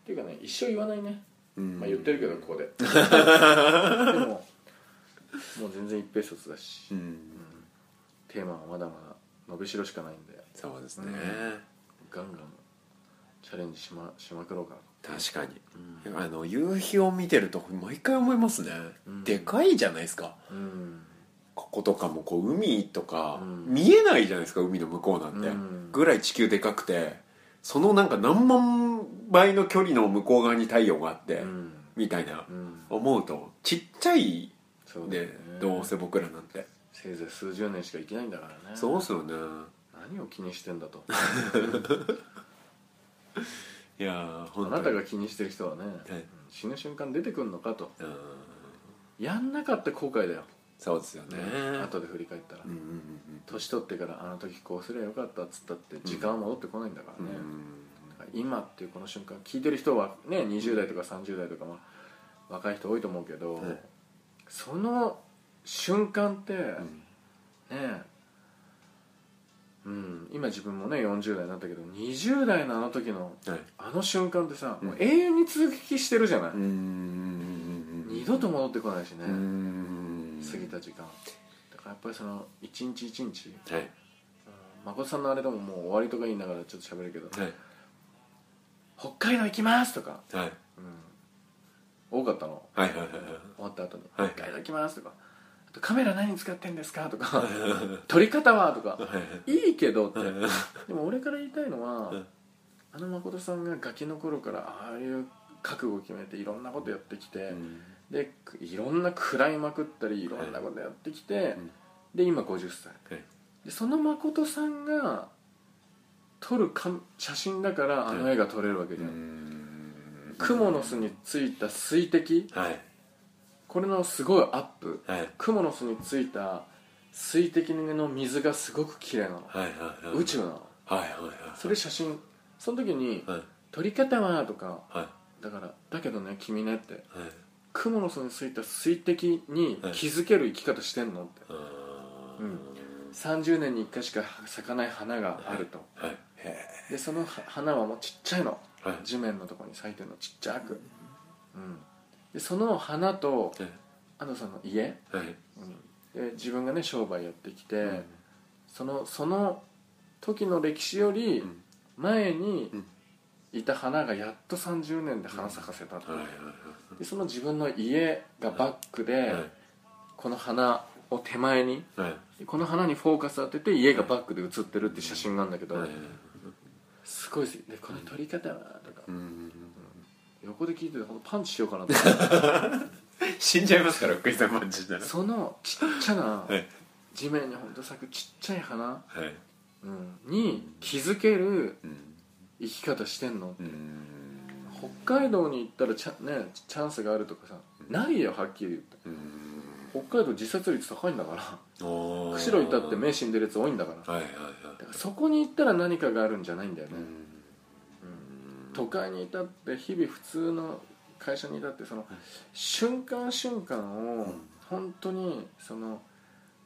B: ていうかね一生言わないね、
C: うん
B: まあ、言ってるけどここ ででももう全然一平卒だし、
C: うん
B: テーマはまだまだ伸びしろしかないんで
C: そうですね、
B: うんガンガンチャレンジしましまくろうかな
C: 確かに
B: う
C: あの夕日を見てると毎回思いますね、
B: うん
C: でかいじゃないですか
B: うん
C: こことかもこう海とか、
B: うん
C: 見えないじゃないですか海の向こうなんて、
B: うん
C: ぐらい地球でかくてそのなんか何万倍の距離の向こう側に太陽があって、
B: うん
C: みたいな、
B: うん
C: 思うとちっちゃい
B: そうだよ
C: ねどうせ僕らなんて
B: せいぜい数十年しか生きないんだからね
C: そうっすよね
B: 何を気にしてんだと
C: いやー
B: あ
C: 本当
B: な
C: に
B: たが気にしてる人はね、
C: はい
B: 死ぬ瞬間出てくんのかと
C: うん
B: やんなかった後悔だよ、
C: そうですよね
B: 後で振り返ったら、
C: うんうん
B: 年取ってからあの時こうすればよかったっつったって時間は戻ってこないんだから
C: うんうん
B: ね、
C: うん
B: だから今っていうこの瞬間聞いてる人はね20代とか30代とかも若い人多いと思うけど、
C: はい
B: その瞬間って、
C: うん
B: ねうん今自分もね40代になったけど20代のあの時の
C: はい
B: あの瞬間ってさ、
C: うん
B: もう永遠に続きしてるじゃない、
C: うーん
B: 二度と戻ってこないしね、
C: うーん
B: 過ぎた時間だからやっぱりその一日一日
C: はい
B: 誠さんのあれでももう終わりとか言いながらちょっと喋るけど、
C: はい
B: 北海道行きますとか、
C: はい
B: うん、多かったの
C: はいはいはい
B: 終わった後に「
C: はい
B: 北海道行きます」とか「あとカメラ何使ってんですか?」とか「 撮り方は?」とか
C: は
B: 「
C: い
B: いいけど」って
C: はいはい
B: でも俺から言いたいのは
C: うん
B: あの誠さんがガキの頃からああいう覚悟を決めていろんなことやってきて、
C: うん
B: でくいろんな食らいまくったりいろんなことやってきて、
C: ん
B: で今50歳
C: はい
B: でその誠さんが撮るか写真だからあの絵が撮れるわけじゃん、クモの巣についた水滴
C: はい
B: これのすごいアップ
C: はい
B: クモの巣についた水滴の水がすごく綺麗なの
C: はいはいはい
B: 宇宙なの
C: はいはいはい
B: それ写真その時に
C: はい
B: 「撮り方は?」とか
C: はい
B: だから「だけどね君ね」って
C: はい
B: 「クモの巣についた水滴に気づける生き方してんの?」って
C: あー
B: うん30年に1回しか咲かない花があると
C: はいへ
B: でそのは花はもうちっちゃいの
C: ーはい
B: 地面のとこに咲いてるのちっちゃくうんでその花とあとその家、
C: はいはい
B: うん、で自分がね商売やってきて、
C: うん
B: そのその時の歴史より
C: ん
B: 前に
C: うん
B: いた花がやっと30年で花咲かせたと、
C: はいはい
B: でその自分の家がバックで
C: はい
B: この花を手前に
C: はい
B: でこの花にフォーカス当てて家がバックで写ってるって写真なんだけど、
C: はい
B: すごいですでこの撮り方はとか、
C: うん
B: 横で聞いててほんとパンチしようかなと思っ
C: 死んじゃいますから福井さんマンチした
B: て
C: ら
B: そのちっちゃな
C: はい
B: 地面にほんと咲くちっちゃい花、
C: はい
B: うん、に気づける
C: うん
B: 生き方してんの
C: うん
B: 北海道に行ったらチャ,、ね、チャンスがあるとかさ、ないよはっきり言って
C: うん
B: 北海道自殺率高いんだから
C: おー
B: 釧路行ったって目死んでるやつ多いんだからだ
C: はいはい
B: からそこに行ったら何かがあるんじゃないんだよね、
C: はい
B: 都会にいたって日々普通の会社にいたってその瞬間瞬間を本当にその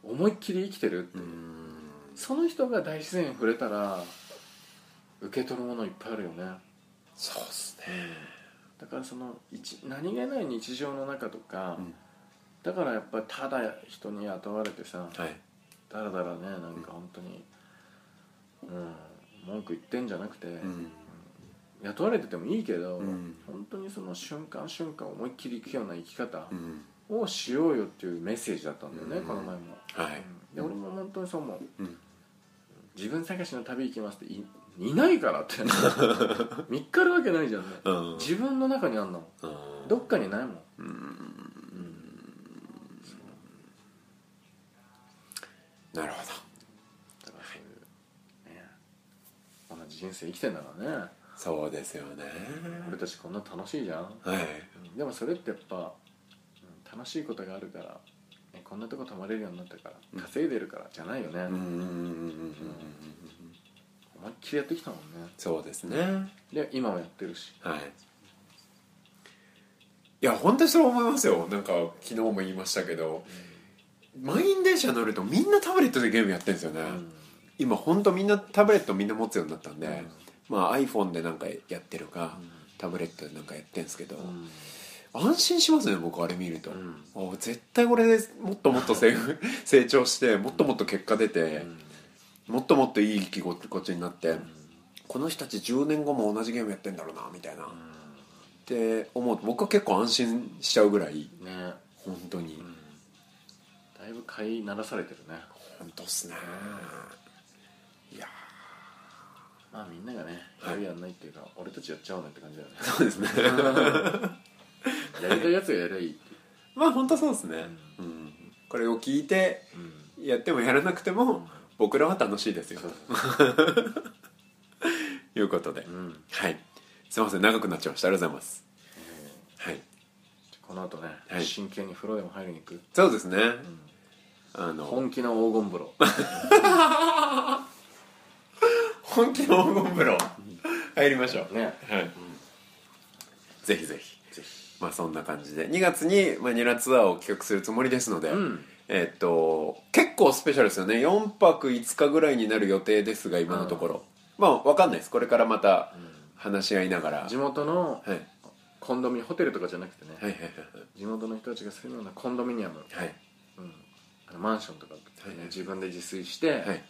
B: 思いっきり生きてるって
C: う
B: いうんその人が大自然に触れたら受け取るものいっぱいあるよね
C: そうっすね
B: だからその一何気ない日常の中とか、
C: うん
B: だからやっぱりただ人に雇われてさ
C: はい
B: だらだらねなんか本当にうん文句言ってんじゃなくて、
C: うん
B: 雇われててもいいけど、
C: うん
B: 本当にその瞬間瞬間思いっきり生くような生き方
C: うん
B: をしようよっていうメッセージだったんだよね、
C: うん
B: この前も、
C: はい
B: うんで俺も本当にそう思う
C: うん
B: 自分探しの旅行きますっていいないからって 見っかるわけないじゃんね
C: うん
B: 自分の中にあんなも
C: うん
B: んどっかにないもん
C: なるほど
B: だからそういうね同じ人生生きてんだからね
C: そうですよね
B: 俺たちこんな楽しいじゃん
C: はい
B: でもそれってやっぱうん楽しいことがあるからねこんなとこ泊まれるようになったか
C: うん
B: ら稼いでるからじゃないよね、
C: うんうんうんうんうん
B: 思いっきりやってきたもんね
C: そうですね
B: で今もやってるし
C: はいいや本当にそう思いますよなんか昨日も言いましたけど、満員電車乗るとみんなタブレットでゲームやってるんですよね、
B: うん
C: 今本当みんなタブレットみんな持つようになったんで、
B: うん
C: まあ iPhone でなんかやってるか、タブレットでなんかやってるんですけど、
B: うん
C: 安心しますね僕あれ見ると、
B: うん
C: あ絶対これでもっともっ と成成長してもっともっと結果出て、もっともっといい生き心地になって、この人たち10年後も同じゲームやってんだろうなみたいな、って思うと僕は結構安心しちゃうぐらい
B: ね
C: 本当に、
B: だいぶ買い鳴らされてるね
C: 本当っすねいや
B: まあみんながねやるやんないっていうか、俺たちやっちゃおうねって感じだよね
C: ーそうですね
B: やりたいやつがやりゃいいっていう
C: まあ本当そうですね、うん、これを聞いて
B: うん
C: やってもやらなくても僕らは楽しいですよ
B: そう
C: と いうことで、
B: うん
C: はいすいません長くなっちゃいましたありがとうございますはい
B: この後ね、
C: はい
B: 真剣に風呂でも入りに行く
C: そうですね、あの
B: 本気の黄金風呂
C: 本気の黄金風呂入りましょう
B: ね
C: はい、ぜひぜひ
B: ぜひ
C: まあそんな感じで2月にマニラツアーを企画するつもりですので、
B: ん
C: えっと結構スペシャルですよね4泊5日ぐらいになる予定ですが今のところ、まあわかんないですこれからまた話し合いながら、
B: 地元の
C: はい、はい
B: コンドミニホテルとかじゃなくてね、
C: はいはい
B: 地元の人たちが住むようなコンドミニアム、
C: はいはい
B: うん、あのマンションとか、ね
C: はいはい
B: 自分で自炊して、
C: はい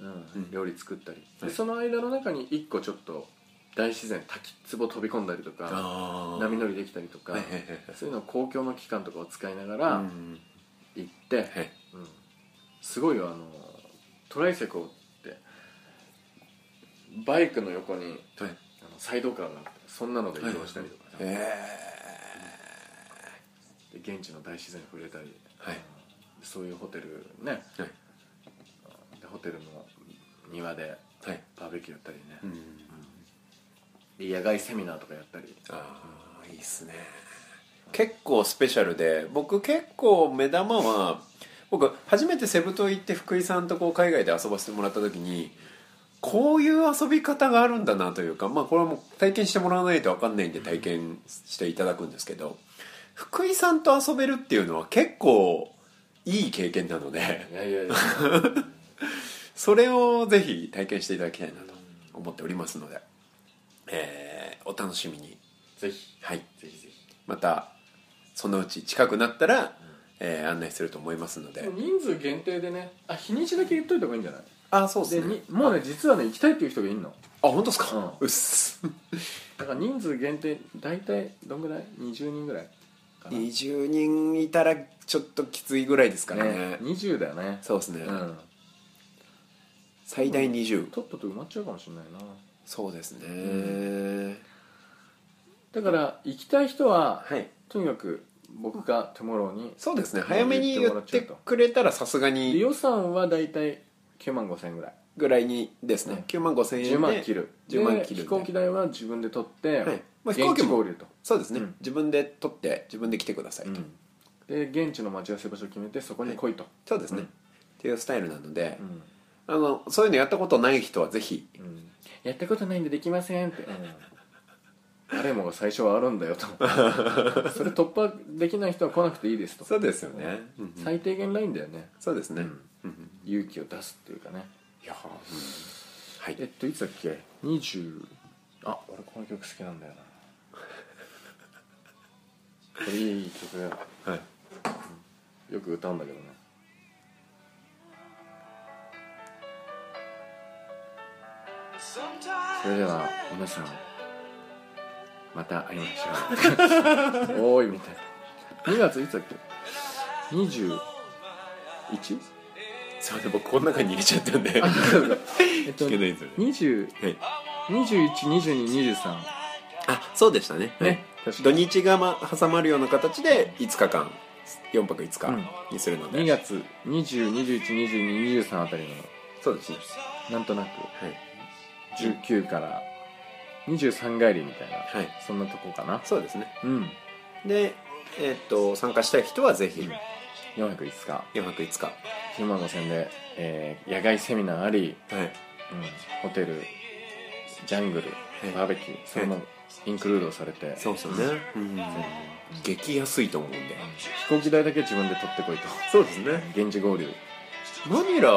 B: う、
C: うんん
B: 料理作ったり、
C: はい
B: でその間の中に一個ちょっと大自然滝壺飛び込んだりとか
C: あー
B: 波乗りできたりとか、
C: はいはいはいはい
B: そういうのを公共の機関とかを使いなが
C: う
B: ら
C: ん
B: 行って、
C: はい
B: うん、すごいよあのトライセコってバイクの横に
C: はい
B: あのサイドカーがあってそんなので移動したりとかさ、
C: え
B: で現地の大自然に触れたり、
C: はい
B: うんそういうホテルね
C: ーはい
B: でホテルの庭で
C: はい
B: バーベキューやったりね、
C: うん
B: で野外セミナーとかやったり
C: ああいいっすね結構スペシャルで僕結構目玉は僕初めてセブ島行って福井さんとこう海外で遊ばせてもらった時にこういう遊び方があるんだなというかまあこれはもう体験してもらわないと分かんないんで体験していただくんですけど福井さんと遊べるっていうのは結構いい経験なので
B: いやいやいや
C: それをぜひ体験していただきたいなと思っておりますので、えーお楽しみに
B: ぜひ
C: はい
B: ぜひぜひ
C: またそのうち近くなったら、えー案内すると思いますの
B: で
C: で
B: も人数限定でねあ日にちだけ言っといた方がいいんじゃない
C: あそう
B: でにもうね実はね行きたいっていう人がいんの
C: あ本当ですか、
B: う
C: うっす
B: だから人数限定大体どんぐらい20人ぐらいかな
C: 20人いたらちょっときついぐらいですからね
B: ね20だよね
C: そうですね、
B: ん
C: 最大20、
B: とっとと埋まっちゃうかもしれないな
C: そうですね、
B: だから行きたい人は
C: はい
B: とにかく僕がトゥモローに
C: そうですね
B: うん
C: 早めに言ってくれたらさすが
B: で
C: に
B: 予算は大体9万5千円ぐらい
C: ぐらいにですね9万5千円で
B: 10万切る
C: 10万
B: で
C: 切るんで
B: 飛行機代は自分で取って、
C: はいまあ
B: 現
C: 飛行機
B: 地
C: も
B: 合流と、
C: そうですね、
B: うん
C: 自分で取って自分で来てくださいと、
B: で現地の待ち合わせ場所を決めてそこに来いと、
C: そうです
B: う
C: ね、
B: ん
C: っていうスタイルなので
B: う、ん
C: あのそういうのやったことない人はぜひ
B: うんやったことないんでできませんって、誰もが最初はあるんだよ とそれ突破できない人は来なくていいですと
C: そうですよね、うん
B: 最低限ラインだよね
C: そうですね、
B: うん
C: うん
B: 勇気を出すっていうかね
C: いやー、うんはい
B: えっといつだっけ20あ俺この曲好きなんだ よなこれいい曲だよ
C: はい
B: よく歌うんだけどねそれでは皆さんまた会いましょ うおーいみたいな2月いつだっけ 21?
C: すいません僕この中に入れちゃったんで
B: えっと
C: 聞けないんですよね
B: 20
C: はい
B: 212223
C: あそうでしたね
B: ね
C: はい土日が、ま、挟まるような形で5日間4泊
B: う
C: 5
B: ん
C: 日にするので、
B: 2月20212223あたり
C: そうですね
B: のなんとなく
C: はい、
B: 19から23帰りみたいな、
C: はい、
B: そんなとこかな
C: そうですね
B: うん
C: でえーっと参加したい人はぜひ
B: 4泊5日
C: 4泊5日は
B: 9万5000で、えー野外セミナーあり、
C: い
B: うん、ホテルジャングル
C: い
B: バーベキューそれもインクルードされて飛
C: そうですよね、うん、激安いと思うんで
B: 行機代だけ自分で取ってこいと
C: そうですね
B: 現地合流
C: マニラ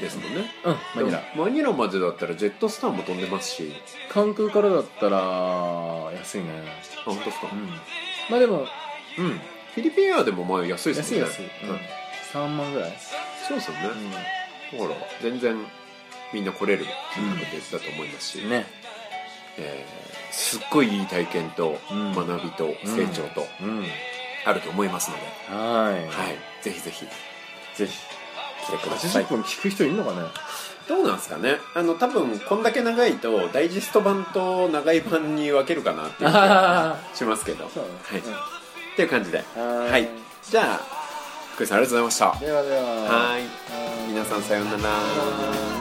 C: ですもんね
B: うんマニラ
C: でもマニラまでだったらジェットスターも飛んでますし
B: 関空からだったら安いね
C: あ本当ですか、
B: うんまあでもうん
C: フィリピンエアでもまあ安いです
B: 安
C: も
B: い
C: んね
B: 安い、う
C: うん
B: ん、3万ぐらい、
C: そうですよね、ほら全然みんな来れる金額でだと思いますし、
B: ね
C: えーすっごいいい体験と
B: うん
C: 学びと成長と
B: うん
C: あると思いますので、
B: はい、
C: はいぜひぜひ
B: ぜひ
C: 来てください
B: 80分聞く人いるのか ね
C: どうなんですかねあの多分こんだけ長いとダイジェスト版と長い版に分けるかなっていう気 が
B: あ
C: しますけど、
B: そう
C: はい、
B: だね
C: っていう感じで
B: はーい
C: はいじゃあ福井さんありがとうございました
B: ではでは
C: はい
B: はーい
C: 皆さんさようなら